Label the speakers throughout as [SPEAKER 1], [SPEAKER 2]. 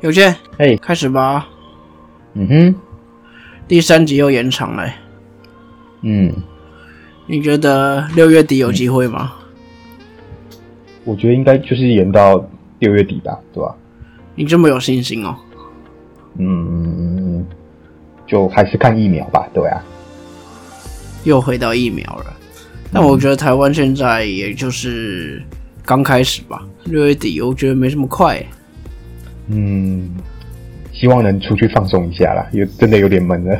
[SPEAKER 1] 邮件
[SPEAKER 2] 嘿，
[SPEAKER 1] 开始吧，
[SPEAKER 2] 嗯哼，
[SPEAKER 1] 第三集又延长了欸。
[SPEAKER 2] 嗯，
[SPEAKER 1] 你觉得六月底有机会吗？
[SPEAKER 2] 我觉得应该就是延到六月底吧，对吧？
[SPEAKER 1] 你这么有信心哦？
[SPEAKER 2] 嗯，就还是看疫苗吧，对啊，
[SPEAKER 1] 又回到疫苗了，但我觉得台湾现在也就是刚开始吧，六月底我觉得没这么快欸。
[SPEAKER 2] 嗯，希望能出去放松一下啦，有真的有点闷了。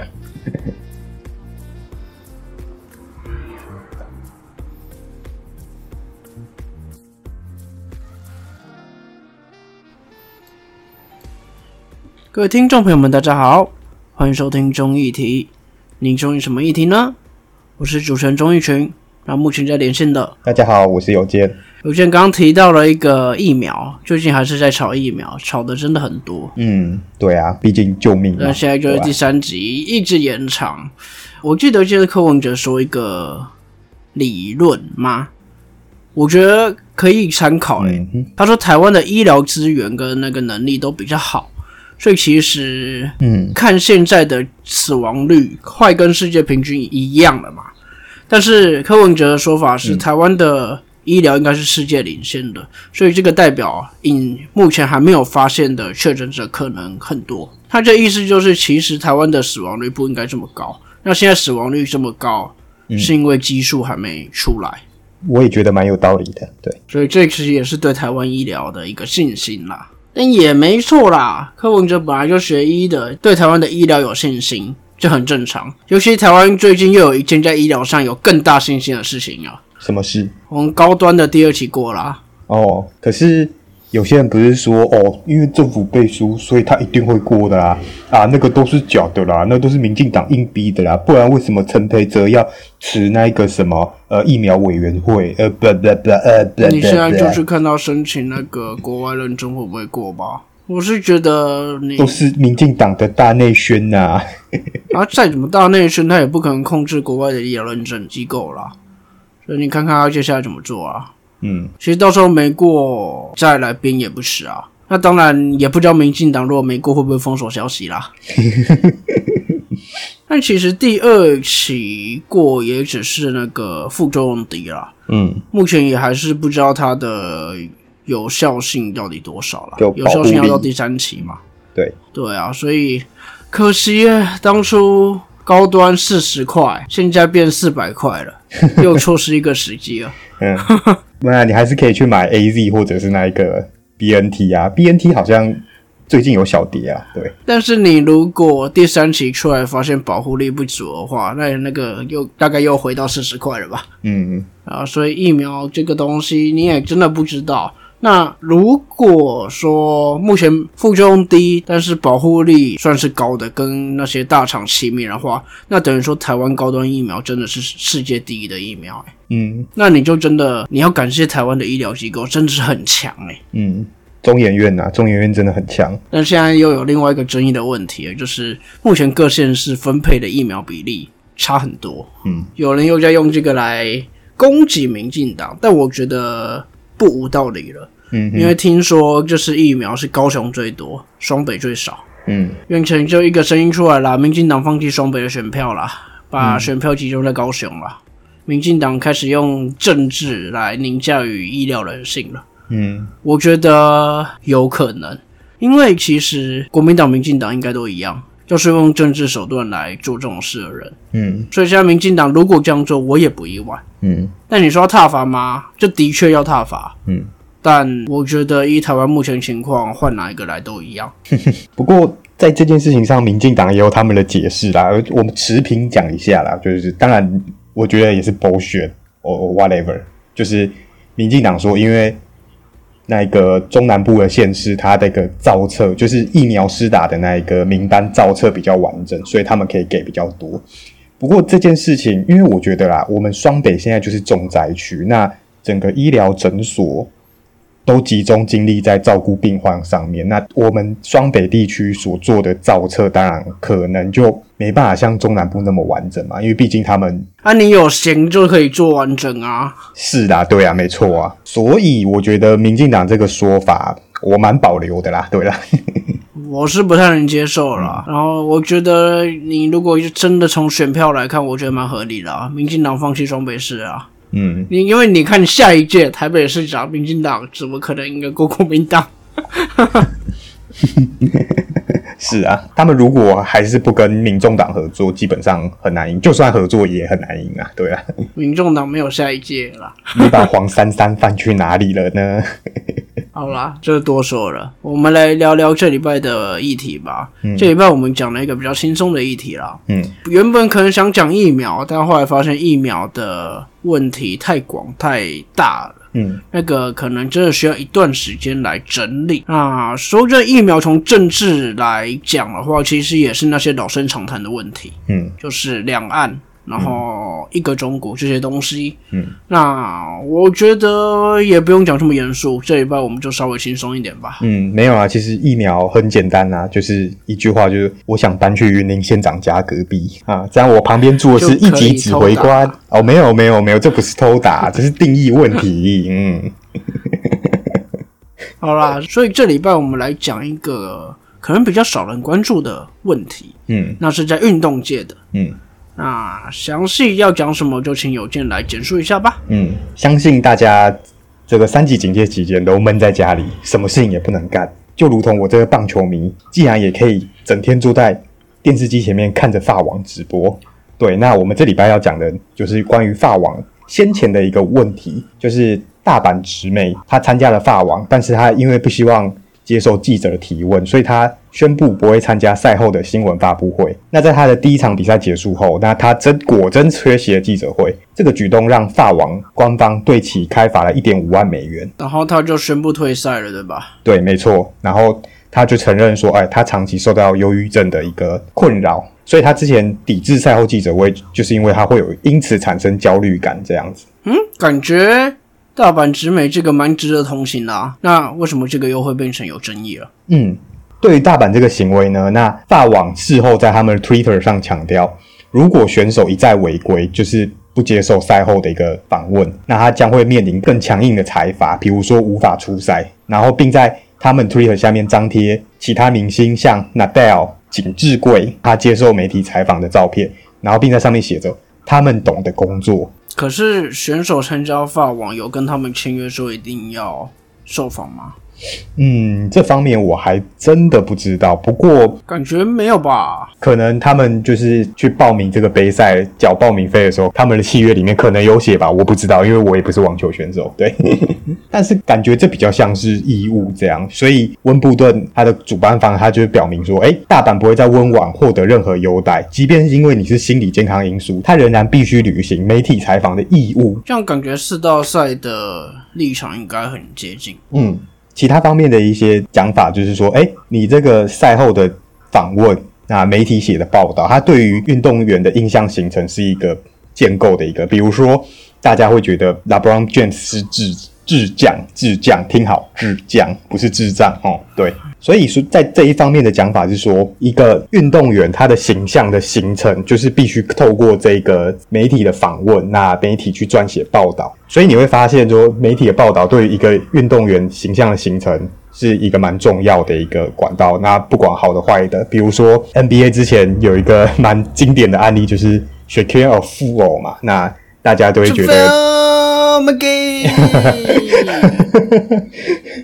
[SPEAKER 1] 各位听众朋友们，大家好，欢迎收听中议题。您中意什么议题呢？我是主持人钟义群，那目前在连线的
[SPEAKER 2] 大家好，我是邮件，
[SPEAKER 1] 有些人刚刚提到了一个疫苗，最近还是在炒疫苗，炒的真的很多。
[SPEAKER 2] 嗯，对啊，毕竟救命嘛，
[SPEAKER 1] 那现在就是
[SPEAKER 2] 对吧啊
[SPEAKER 1] 第三集，一直延长。我记得就是柯文哲说一个理论吗？我觉得可以参考嘞、
[SPEAKER 2] 嗯哼
[SPEAKER 1] 他说台湾的医疗资源跟那个能力都比较好，所以其实
[SPEAKER 2] 嗯
[SPEAKER 1] 看现在的死亡率，快跟世界平均一样了嘛。但是柯文哲的说法是，台湾的医疗应该是世界领先的，所以这个代表因目前还没有发现的确诊者可能很多。他这意思就是，其实台湾的死亡率不应该这么高。那现在死亡率这么高，是因为基数还没出来，
[SPEAKER 2] 我也觉得蛮有道理的，对，
[SPEAKER 1] 所以这其实也是对台湾医疗的一个信心啦。但也没错啦，柯文哲本来就学医的，对台湾的医疗有信心，这很正常。尤其台湾最近又有一件在医疗上有更大信心的事情啊，
[SPEAKER 2] 什么事？
[SPEAKER 1] 我们高端的第二期过啦、
[SPEAKER 2] 哦，可是有些人不是说哦，因为政府背书，所以他一定会过的啦。啊，那个都是假的啦，那都是民进党硬逼的啦，不然为什么陈培哲要持那个什么呃疫苗委员会？呃，不不不，呃不不不，
[SPEAKER 1] 你现在就是看到申请那个国外认证会不会过吧？我是觉得你
[SPEAKER 2] 都是民进党的大内宣呐、
[SPEAKER 1] 啊，再怎么大内宣，他也不可能控制国外的医疗认证机构啦。所以你看看他接下来怎么做啊？
[SPEAKER 2] 嗯，
[SPEAKER 1] 其实到时候没过再来编也不迟啊。那当然也不知道民进党如果没过会不会封锁消息 啦。但其实第二期过也只是那个副作用低啦，
[SPEAKER 2] 嗯，
[SPEAKER 1] 目前也还是不知道它的有效性到底多少啦。
[SPEAKER 2] 就
[SPEAKER 1] 有
[SPEAKER 2] 保护
[SPEAKER 1] 效性要
[SPEAKER 2] 力
[SPEAKER 1] 到第三期嘛？
[SPEAKER 2] 对，
[SPEAKER 1] 对啊，所以可惜耶当初高端四十块，现在变四百块了，又错失一个时机了。
[SPEAKER 2] 嗯，那你还是可以去买 A Z 或者是那一个 B N T 啊，B N T 好像最近有小跌啊，对，
[SPEAKER 1] 但是你如果第三期出来发现保护力不足的话，那那个又大概又回到四十块了吧？
[SPEAKER 2] 嗯
[SPEAKER 1] 啊，所以疫苗这个东西你也真的不知道。那如果说目前副作用低，但是保护力算是高的，跟那些大厂齐名的话，那等于说台湾高端疫苗真的是世界第一的疫苗、欸
[SPEAKER 2] 嗯
[SPEAKER 1] 那你就真的你要感谢台湾的医疗机构，真的是很强哎、
[SPEAKER 2] 嗯，中研院呐、啊，中研院真的很强。
[SPEAKER 1] 但现在又有另外一个争议的问题，就是目前各县市分配的疫苗比例差很多。
[SPEAKER 2] 嗯，
[SPEAKER 1] 有人又在用这个来攻击民进党，但我觉得不无道理了，
[SPEAKER 2] 嗯
[SPEAKER 1] 因为听说就是疫苗是高雄最多，双北最少，
[SPEAKER 2] 嗯
[SPEAKER 1] 变成就一个声音出来啦，民进党放弃双北的选票啦，把
[SPEAKER 2] 嗯
[SPEAKER 1] 选票集中在高雄啦。民进党开始用政治来凌驾于医疗人性了。
[SPEAKER 2] 嗯
[SPEAKER 1] 我觉得有可能，因为其实国民党、民进党应该都一样，就是用政治手段来做这种事的人。
[SPEAKER 2] 嗯
[SPEAKER 1] 所以现在民进党如果这样做，我也不意外。
[SPEAKER 2] 嗯
[SPEAKER 1] 但你说要踏伐吗？这的确要踏伐，
[SPEAKER 2] 嗯。
[SPEAKER 1] 但我觉得依台湾目前情况，换哪一个来都一样。
[SPEAKER 2] 不过在这件事情上，民进党也有他们的解释啦。而我们持平讲一下啦，就是当然，我觉得也是 bullshit or whatever。就是民进党说，因为那个中南部的县市，它那个造册就是疫苗施打的那一个名单造册比较完整，所以他们可以给比较多。不过这件事情，因为我觉得啦，我们双北现在就是重灾区，那整个医疗诊所都集中精力在照顾病患上面。那我们双北地区所做的造册，当然可能就没办法像中南部那么完整嘛，因为毕竟他们
[SPEAKER 1] 啊，你有闲就可以做完整啊。
[SPEAKER 2] 是啦，对啊，没错啊。所以我觉得民进党这个说法，我蛮保留的啦，对啦。
[SPEAKER 1] 我是不太能接受啦。然后我觉得你如果真的从选票来看，我觉得蛮合理的啊。民进党放弃双北市啊，
[SPEAKER 2] 嗯，
[SPEAKER 1] 你因为你看下一届台北市长，民进党怎么可能赢得过国民党？
[SPEAKER 2] 是啊，他们如果还是不跟民众党合作，基本上很难赢，就算合作也很难赢啊，对啊，
[SPEAKER 1] 民众党没有下一届啦。
[SPEAKER 2] 你把黄珊珊放去哪里了呢？
[SPEAKER 1] 好啦，这多说了，我们来聊聊这礼拜的议题吧。这礼拜我们讲了一个比较轻松的议题啦。
[SPEAKER 2] 嗯，
[SPEAKER 1] 原本可能想讲疫苗，但后来发现疫苗的问题太广太大了。
[SPEAKER 2] 嗯，
[SPEAKER 1] 那个可能真的需要一段时间来整理啊。说这疫苗从政治来讲的话，其实也是那些老生常谈的问题，
[SPEAKER 2] 嗯，
[SPEAKER 1] 就是两岸，然后一个中国这些东西。
[SPEAKER 2] 嗯，
[SPEAKER 1] 那我觉得也不用讲这么严肃，这一半我们就稍微轻松一点吧。
[SPEAKER 2] 嗯，没有啊，其实疫苗很简单啊，就是一句话，就是我想搬去云林县长家隔壁啊，这样我旁边住的是一级指挥官哦，没有没有没有，这不是偷打，这是定义问题，嗯
[SPEAKER 1] 好啦，所以这礼拜我们来讲一个可能比较少人关注的问题，
[SPEAKER 2] 嗯
[SPEAKER 1] 那是在运动界的。
[SPEAKER 2] 嗯
[SPEAKER 1] 那详细要讲什么，就请有健来简述一下吧。
[SPEAKER 2] 嗯，相信大家这个三级警戒期间都闷在家里，什么事情也不能干，就如同我这个棒球迷，既然也可以整天坐在电视机前面看着法网直播，对，那我们这礼拜要讲的就是关于法网先前的一个问题，就是大阪直美她参加了法网，但是她因为不希望接受记者的提问，所以她宣布不会参加赛后的新闻发布会。那在她的第一场比赛结束后，那她真果真缺席了记者会，这个举动让法网官方对其开罚了一点五万美元。
[SPEAKER 1] 然后他就宣布退赛了，对吧？
[SPEAKER 2] 对，没错。然后他就承认说，哎，他长期受到忧郁症的一个困扰，所以他之前抵制赛后记者会，就是因为他会有因此产生焦虑感这样子。
[SPEAKER 1] 嗯，感觉大阪直美这个蛮值得同情的啊。那为什么这个又会变成有争议了？
[SPEAKER 2] 嗯，对于大阪这个行为呢，那法网事后在他们的 Twitter 上强调，如果选手一再违规，就是不接受赛后的一个访问，那他将会面临更强硬的裁罚，比如说无法出赛，然后并在他们 Twitter 下面张贴其他明星像 Nadal、景智贵他接受媒体采访的照片，然后并在上面写着他们懂的工作。
[SPEAKER 1] 可是选手参加法网有跟他们签约说一定要受访吗？
[SPEAKER 2] 嗯，这方面我还真的不知道，不过
[SPEAKER 1] 感觉没有吧？
[SPEAKER 2] 可能他们就是去报名这个杯赛缴报名费的时候，他们的契约里面可能有写吧，我不知道，因为我也不是网球选手。对， 但是感觉这比较像是义务这样，所以温布顿它的主办方他就表明说，哎，大阪不会在温网获得任何优待，即便是因为你是心理健康因素，他仍然必须履行媒体采访的义务。
[SPEAKER 1] 这样感觉世道赛的立场应该很接近。
[SPEAKER 2] 嗯，其他方面的一些讲法就是说，哎，你这个赛后的访问，那媒体写的报道，它对于运动员的印象形成是一个建构的一个，比如说大家会觉得 LeBron James 是智智将，智将，听好，智将不是智障哦，对。所以说，在这一方面的讲法是说，一个运动员他的形象的形成，就是必须透过这个媒体的访问，那媒体去撰写报道。所以你会发现说，媒体的报道对于一个运动员形象的形成是一个蛮重要的一个管道。那不管好的坏的，比如说 NBA 之前有一个蛮经典的案例，就是 Shaquille o f u o 嘛，那大家都会觉
[SPEAKER 1] 啊
[SPEAKER 2] 得
[SPEAKER 1] m c g e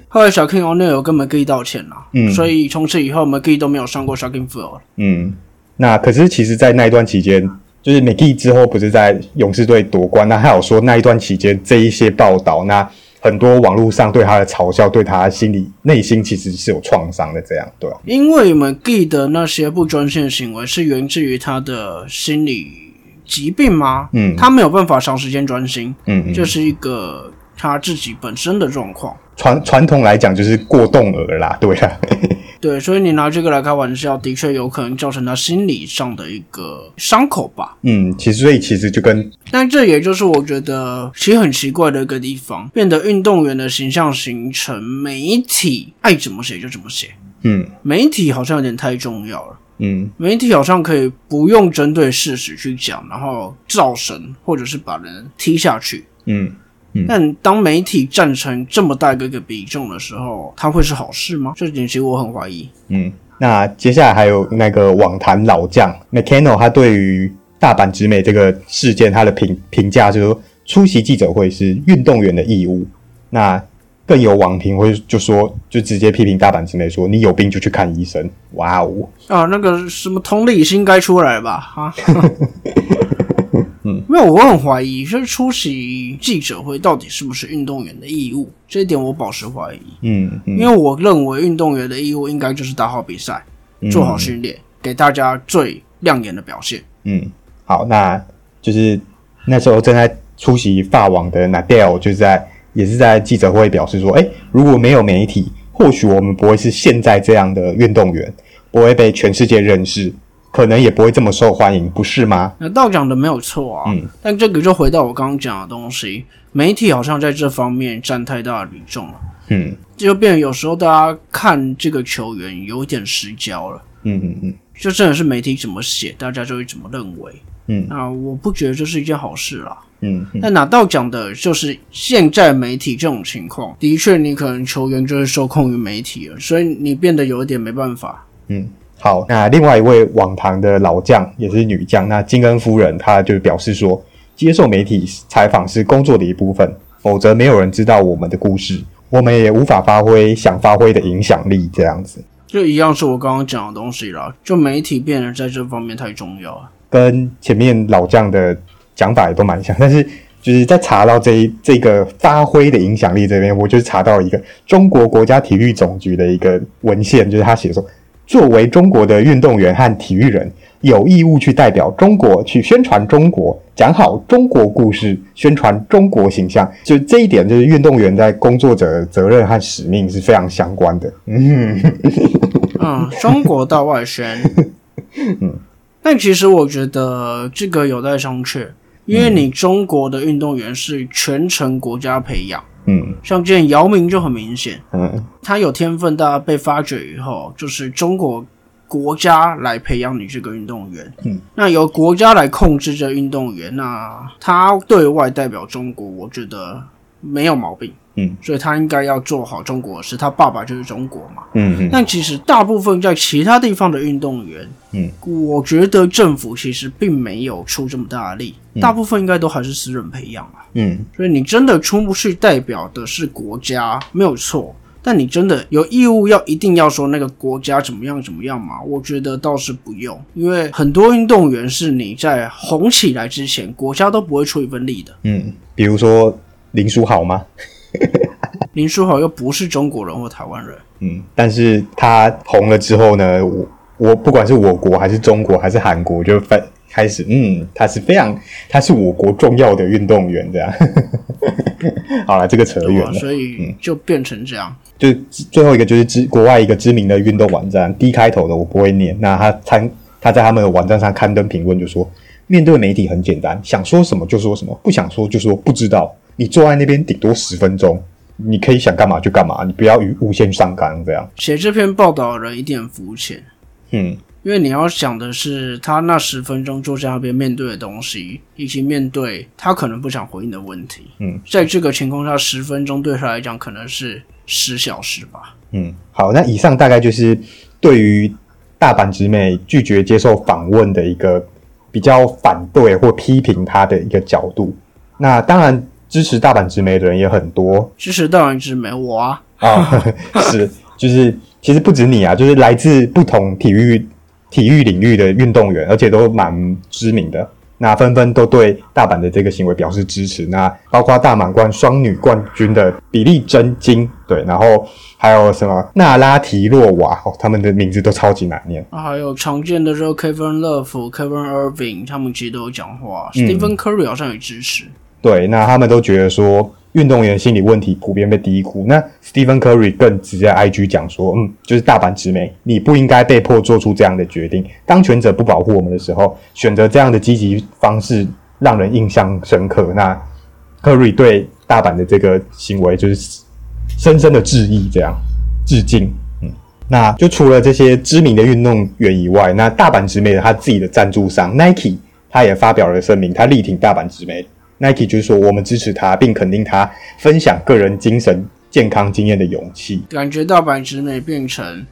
[SPEAKER 1] 后来小 King O'Neal 有跟 McGee 道歉啦，
[SPEAKER 2] 嗯
[SPEAKER 1] 所以从此以后 McGee 都没有上过小 King f i l
[SPEAKER 2] 嗯，那可是其实，在那一段期间，就是 McGee 之后不是在勇士队夺冠，那还有说那一段期间这一些报道，那很多网络上对他的嘲笑，对他心里内心其实是有创伤的，这样对啊
[SPEAKER 1] 因为 McGee 的那些不专心的行为是源自于他的心理疾病吗？
[SPEAKER 2] 嗯
[SPEAKER 1] 他没有办法长时间专心，
[SPEAKER 2] 嗯嗯，
[SPEAKER 1] 这是一个他自己本身的状况。
[SPEAKER 2] 传传统来讲就是过动儿啦，对啊，
[SPEAKER 1] 对，所以你拿这个来开玩笑，的确有可能造成他心理上的一个伤口吧。
[SPEAKER 2] 嗯，其实所以其实就跟
[SPEAKER 1] 但这也就是我觉得其实很奇怪的一个地方，变得运动员的形象形成，媒体爱怎么写就怎么写，
[SPEAKER 2] 嗯
[SPEAKER 1] 媒体好像有点太重要了。
[SPEAKER 2] 嗯
[SPEAKER 1] 媒体好像可以不用针对事实去讲，然后造神或者是把人踢下去。
[SPEAKER 2] 嗯
[SPEAKER 1] 但当媒体占成这么大一个个比重的时候，它会是好事吗？这点其实我很怀疑。
[SPEAKER 2] 嗯，那接下来还有那个网坛老将 McCano，他对于大阪直美这个事件，他的评评价就是说，出席记者会是运动员的义务。那更有网评会就说，就直接批评大阪直美说，你有病就去看医生。哇哦，
[SPEAKER 1] 啊，那个什么同理心该出来吧？啊，嗯，没有，我很怀疑，就是出席记者会到底是不是运动员的义务？这一点我保持怀疑，
[SPEAKER 2] 嗯嗯，
[SPEAKER 1] 因为我认为运动员的义务应该就是打好比赛，做好训练，给大家最亮眼的表现。
[SPEAKER 2] 嗯，好，那就是那时候正在出席法网的 Nadal，就是在也是在记者会表示说，哎、如果没有媒体，或许我们不会是现在这样的运动员，不会被全世界认识，可能也不会这么受欢迎，不是吗？
[SPEAKER 1] 那道讲的没有错啊，
[SPEAKER 2] 嗯
[SPEAKER 1] 但这个就回到我刚刚讲的东西，媒体好像在这方面占太大的比重了，
[SPEAKER 2] 嗯
[SPEAKER 1] 这就变得有时候大家看这个球员有一点失焦了。
[SPEAKER 2] 嗯嗯嗯
[SPEAKER 1] 就真的是媒体怎么写，大家就会怎么认为。
[SPEAKER 2] 嗯
[SPEAKER 1] 那我不觉得这是一件好事啦。
[SPEAKER 2] 嗯嗯
[SPEAKER 1] 但拿到讲的就是现在媒体这种情况，的确你可能球员就是受控于媒体了，所以你变得有一点没办法。
[SPEAKER 2] 嗯，好，那另外一位网坛的老将也是女将，那金恩夫人，她就表示说，接受媒体采访是工作的一部分，否则没有人知道我们的故事，我们也无法发挥想发挥的影响力，这样子。
[SPEAKER 1] 就一样是我刚刚讲的东西啦，就媒体变得在这方面太重要了。
[SPEAKER 2] 跟前面老将的讲法也都蛮像，但是就是在查到这一这个发挥的影响力这边，我就是查到一个中国国家体育总局的一个文献，就是他写说，作为中国的运动员和体育人，有义务去代表中国去宣传中国，讲好中国故事，宣传中国形象。就这一点，就是运动员在工作者的责任和使命是非常相关的。嗯
[SPEAKER 1] 嗯，中国大外 宣。嗯，但其实我觉得这个有待商榷，因为
[SPEAKER 2] 嗯
[SPEAKER 1] 你中国的运动员是全程国家培养，
[SPEAKER 2] 嗯
[SPEAKER 1] 像之前姚明就很明显。
[SPEAKER 2] 嗯
[SPEAKER 1] 他有天分，大家被发掘以后，就是中国国家来培养你这个运动员。
[SPEAKER 2] 嗯，
[SPEAKER 1] 那由国家来控制这运动员，那他对外代表中国，我觉得没有毛病。
[SPEAKER 2] 嗯，
[SPEAKER 1] 所以他应该要做好中国的事。他爸爸就是中国嘛。
[SPEAKER 2] 嗯嗯
[SPEAKER 1] 但其实大部分在其他地方的运动员，
[SPEAKER 2] 嗯，
[SPEAKER 1] 我觉得政府其实并没有出这么大的力，大部分应该都还是私人培养啊。
[SPEAKER 2] 嗯
[SPEAKER 1] 所以你真的出不去，代表的是国家，没有错。但你真的有义务要一定要说那个国家怎么样怎么样吗？我觉得倒是不用，因为很多运动员是你在红起来之前，国家都不会出一份力的。
[SPEAKER 2] 嗯，比如说林书豪吗？
[SPEAKER 1] 林书豪又不是中国人或台湾人，
[SPEAKER 2] 嗯，但是他红了之后呢，我我不管是我国还是中国还是韩国，就分开始，嗯，他是非常，他是我国重要的运动员，这样。 好了，这个扯
[SPEAKER 1] 对啊
[SPEAKER 2] 远
[SPEAKER 1] 吧？
[SPEAKER 2] 了。嗯
[SPEAKER 1] 所以就变成这样。
[SPEAKER 2] 就最后一个就是知国外一个知名的运动网站 D 开头的，我不会念。那他参他在他们的网站上刊登评论，就说面对媒体很简单，想说什么就说什么，不想说就说不知道。你坐在那边顶多十分钟，你可以想干嘛就干嘛，你不要与无限上纲这样。
[SPEAKER 1] 写这篇报道的人一定很肤浅，
[SPEAKER 2] 嗯
[SPEAKER 1] 因为你要想的是他那十分钟坐在那边面对的东西，以及面对他可能不想回应的问题。
[SPEAKER 2] 嗯，
[SPEAKER 1] 在这个情况下，十分钟对他来讲可能是十小时吧。
[SPEAKER 2] 嗯，好，那以上大概就是对于大阪直美拒绝接受访问的一个比较反对或批评他的一个角度。那当然，支持大阪直美的人也很多
[SPEAKER 1] 支持大人之美，我啊，
[SPEAKER 2] 啊， 是，就是其实不止你啊，就是来自不同体育体育领域的运动员，而且都蛮知名的。那纷纷都对大阪的这个行为表示支持。那包括大满贯双女冠军的比利真金，对，然后还有什么纳拉提洛娃，哦，他们的名字都超级难念。
[SPEAKER 1] 啊还有常见的时候，Kevin Love、Kevin Irving 他们其实都有讲话、s
[SPEAKER 2] 嗯
[SPEAKER 1] t e p h e n Curry 好像也支持。
[SPEAKER 2] 对，那他们都觉得说运动员心理问题普遍被低估。那 Stephen Curry 更直接 IG 讲说，嗯，就是大阪直美，你不应该被迫做出这样的决定。当权者不保护我们的时候，选择这样的积极方式，让人印象深刻。那 Curry 对大阪的这个行为就是深深的致意，这样致敬。嗯，那就除了这些知名的运动员以外，那大阪直美的他自己的赞助商 Nike，他也发表了声明，他力挺大阪直美。Nike 就是说，我们支持他，并肯定他分享个人精神健康经验的勇气。
[SPEAKER 1] 感觉大阪直美变成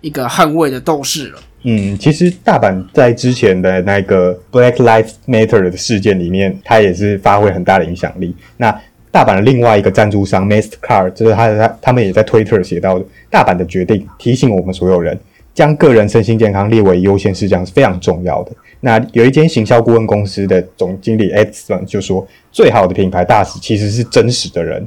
[SPEAKER 1] 一个捍卫的斗士了。
[SPEAKER 2] 嗯，其实大阪在之前的那个 Black Lives Matter 的事件里面，它也是发挥很大的影响力。那大阪的另外一个赞助商 Mastercard，就是他他他们也在 Twitter 写到，大阪的决定提醒我们所有人，将个人身心健康列为优先事项是非常重要的。那有一间行销顾问公司的总经理 Edson 就说，最好的品牌大使其实是真实的人。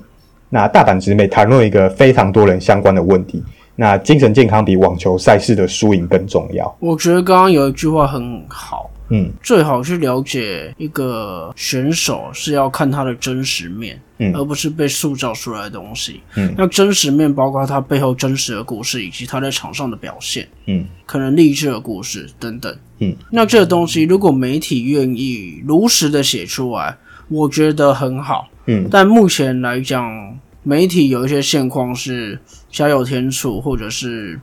[SPEAKER 2] 那大阪直美谈论一个非常多人相关的问题，那精神健康比网球赛事的输赢更重要。
[SPEAKER 1] 我觉得刚刚有一句话很好，
[SPEAKER 2] 嗯
[SPEAKER 1] 最好去了解一个选手是要看他的真实面，
[SPEAKER 2] 嗯
[SPEAKER 1] 而不是被塑造出来的东西。
[SPEAKER 2] 嗯
[SPEAKER 1] 那真实面包括他背后真实的故事，以及他在场上的表现，
[SPEAKER 2] 嗯
[SPEAKER 1] 可能励志的故事等等。
[SPEAKER 2] 嗯，
[SPEAKER 1] 那这个东西如果媒体愿意如实的写出来，我觉得很好。
[SPEAKER 2] 嗯
[SPEAKER 1] 但目前来讲，媒体有一些现况是加有天助，或者是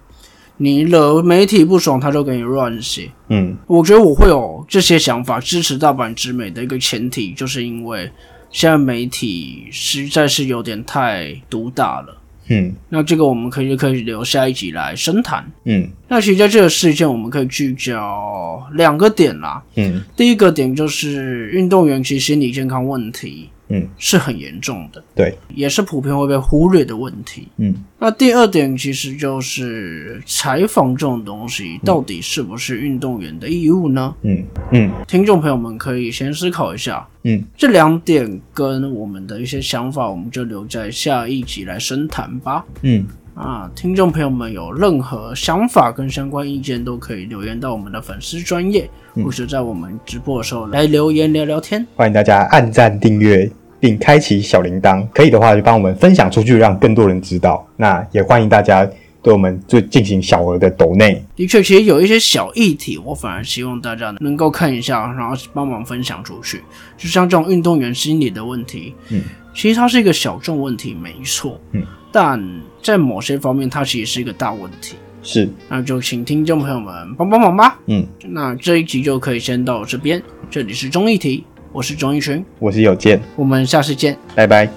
[SPEAKER 1] 你惹媒体不爽，他就给你乱写。
[SPEAKER 2] 嗯
[SPEAKER 1] 我觉得我会有这些想法，支持大阪直美的一个前提，就是因为现在媒体实在是有点太独大了。
[SPEAKER 2] 嗯
[SPEAKER 1] 那这个我们可以可以留下一集来深谈。
[SPEAKER 2] 嗯
[SPEAKER 1] 那其实在这个事件，我们可以聚焦两个点啦。
[SPEAKER 2] 嗯
[SPEAKER 1] 第一个点就是运动员其实心理健康问题
[SPEAKER 2] 嗯
[SPEAKER 1] 是很严重的，
[SPEAKER 2] 对，
[SPEAKER 1] 也是普遍会被忽略的问题。
[SPEAKER 2] 嗯
[SPEAKER 1] 那第二点其实就是采访这种东西到底是不是运动员的义务呢？
[SPEAKER 2] 嗯嗯
[SPEAKER 1] 听众朋友们可以先思考一下
[SPEAKER 2] 嗯
[SPEAKER 1] 这两点跟我们的一些想法，我们就留在下一集来深谈吧。
[SPEAKER 2] 嗯，
[SPEAKER 1] 啊，听众朋友们有任何想法跟相关意见，都可以留言到我们的粉丝专业，或是在我们直播的时候来留言聊聊天。
[SPEAKER 2] 欢迎大家按赞、订阅并开启小铃铛，可以的话就帮我们分享出去，让更多人知道。那也欢迎大家对我们就进行小额的抖内。
[SPEAKER 1] 的确，其实有一些小议题，我反而希望大家能够看一下，然后帮忙分享出去。就像这种运动员心理的问题，
[SPEAKER 2] 嗯，
[SPEAKER 1] 其实它是一个小众问题，没错，
[SPEAKER 2] 嗯，
[SPEAKER 1] 但在某些方面，它其实是一个大问题。
[SPEAKER 2] 是，
[SPEAKER 1] 那就请听众朋友们帮帮忙吧。
[SPEAKER 2] 嗯，
[SPEAKER 1] 那这一集就可以先到这边，这里是综艺题，我是钟逸群，
[SPEAKER 2] 我是有健，
[SPEAKER 1] 我们下次见。
[SPEAKER 2] 拜拜。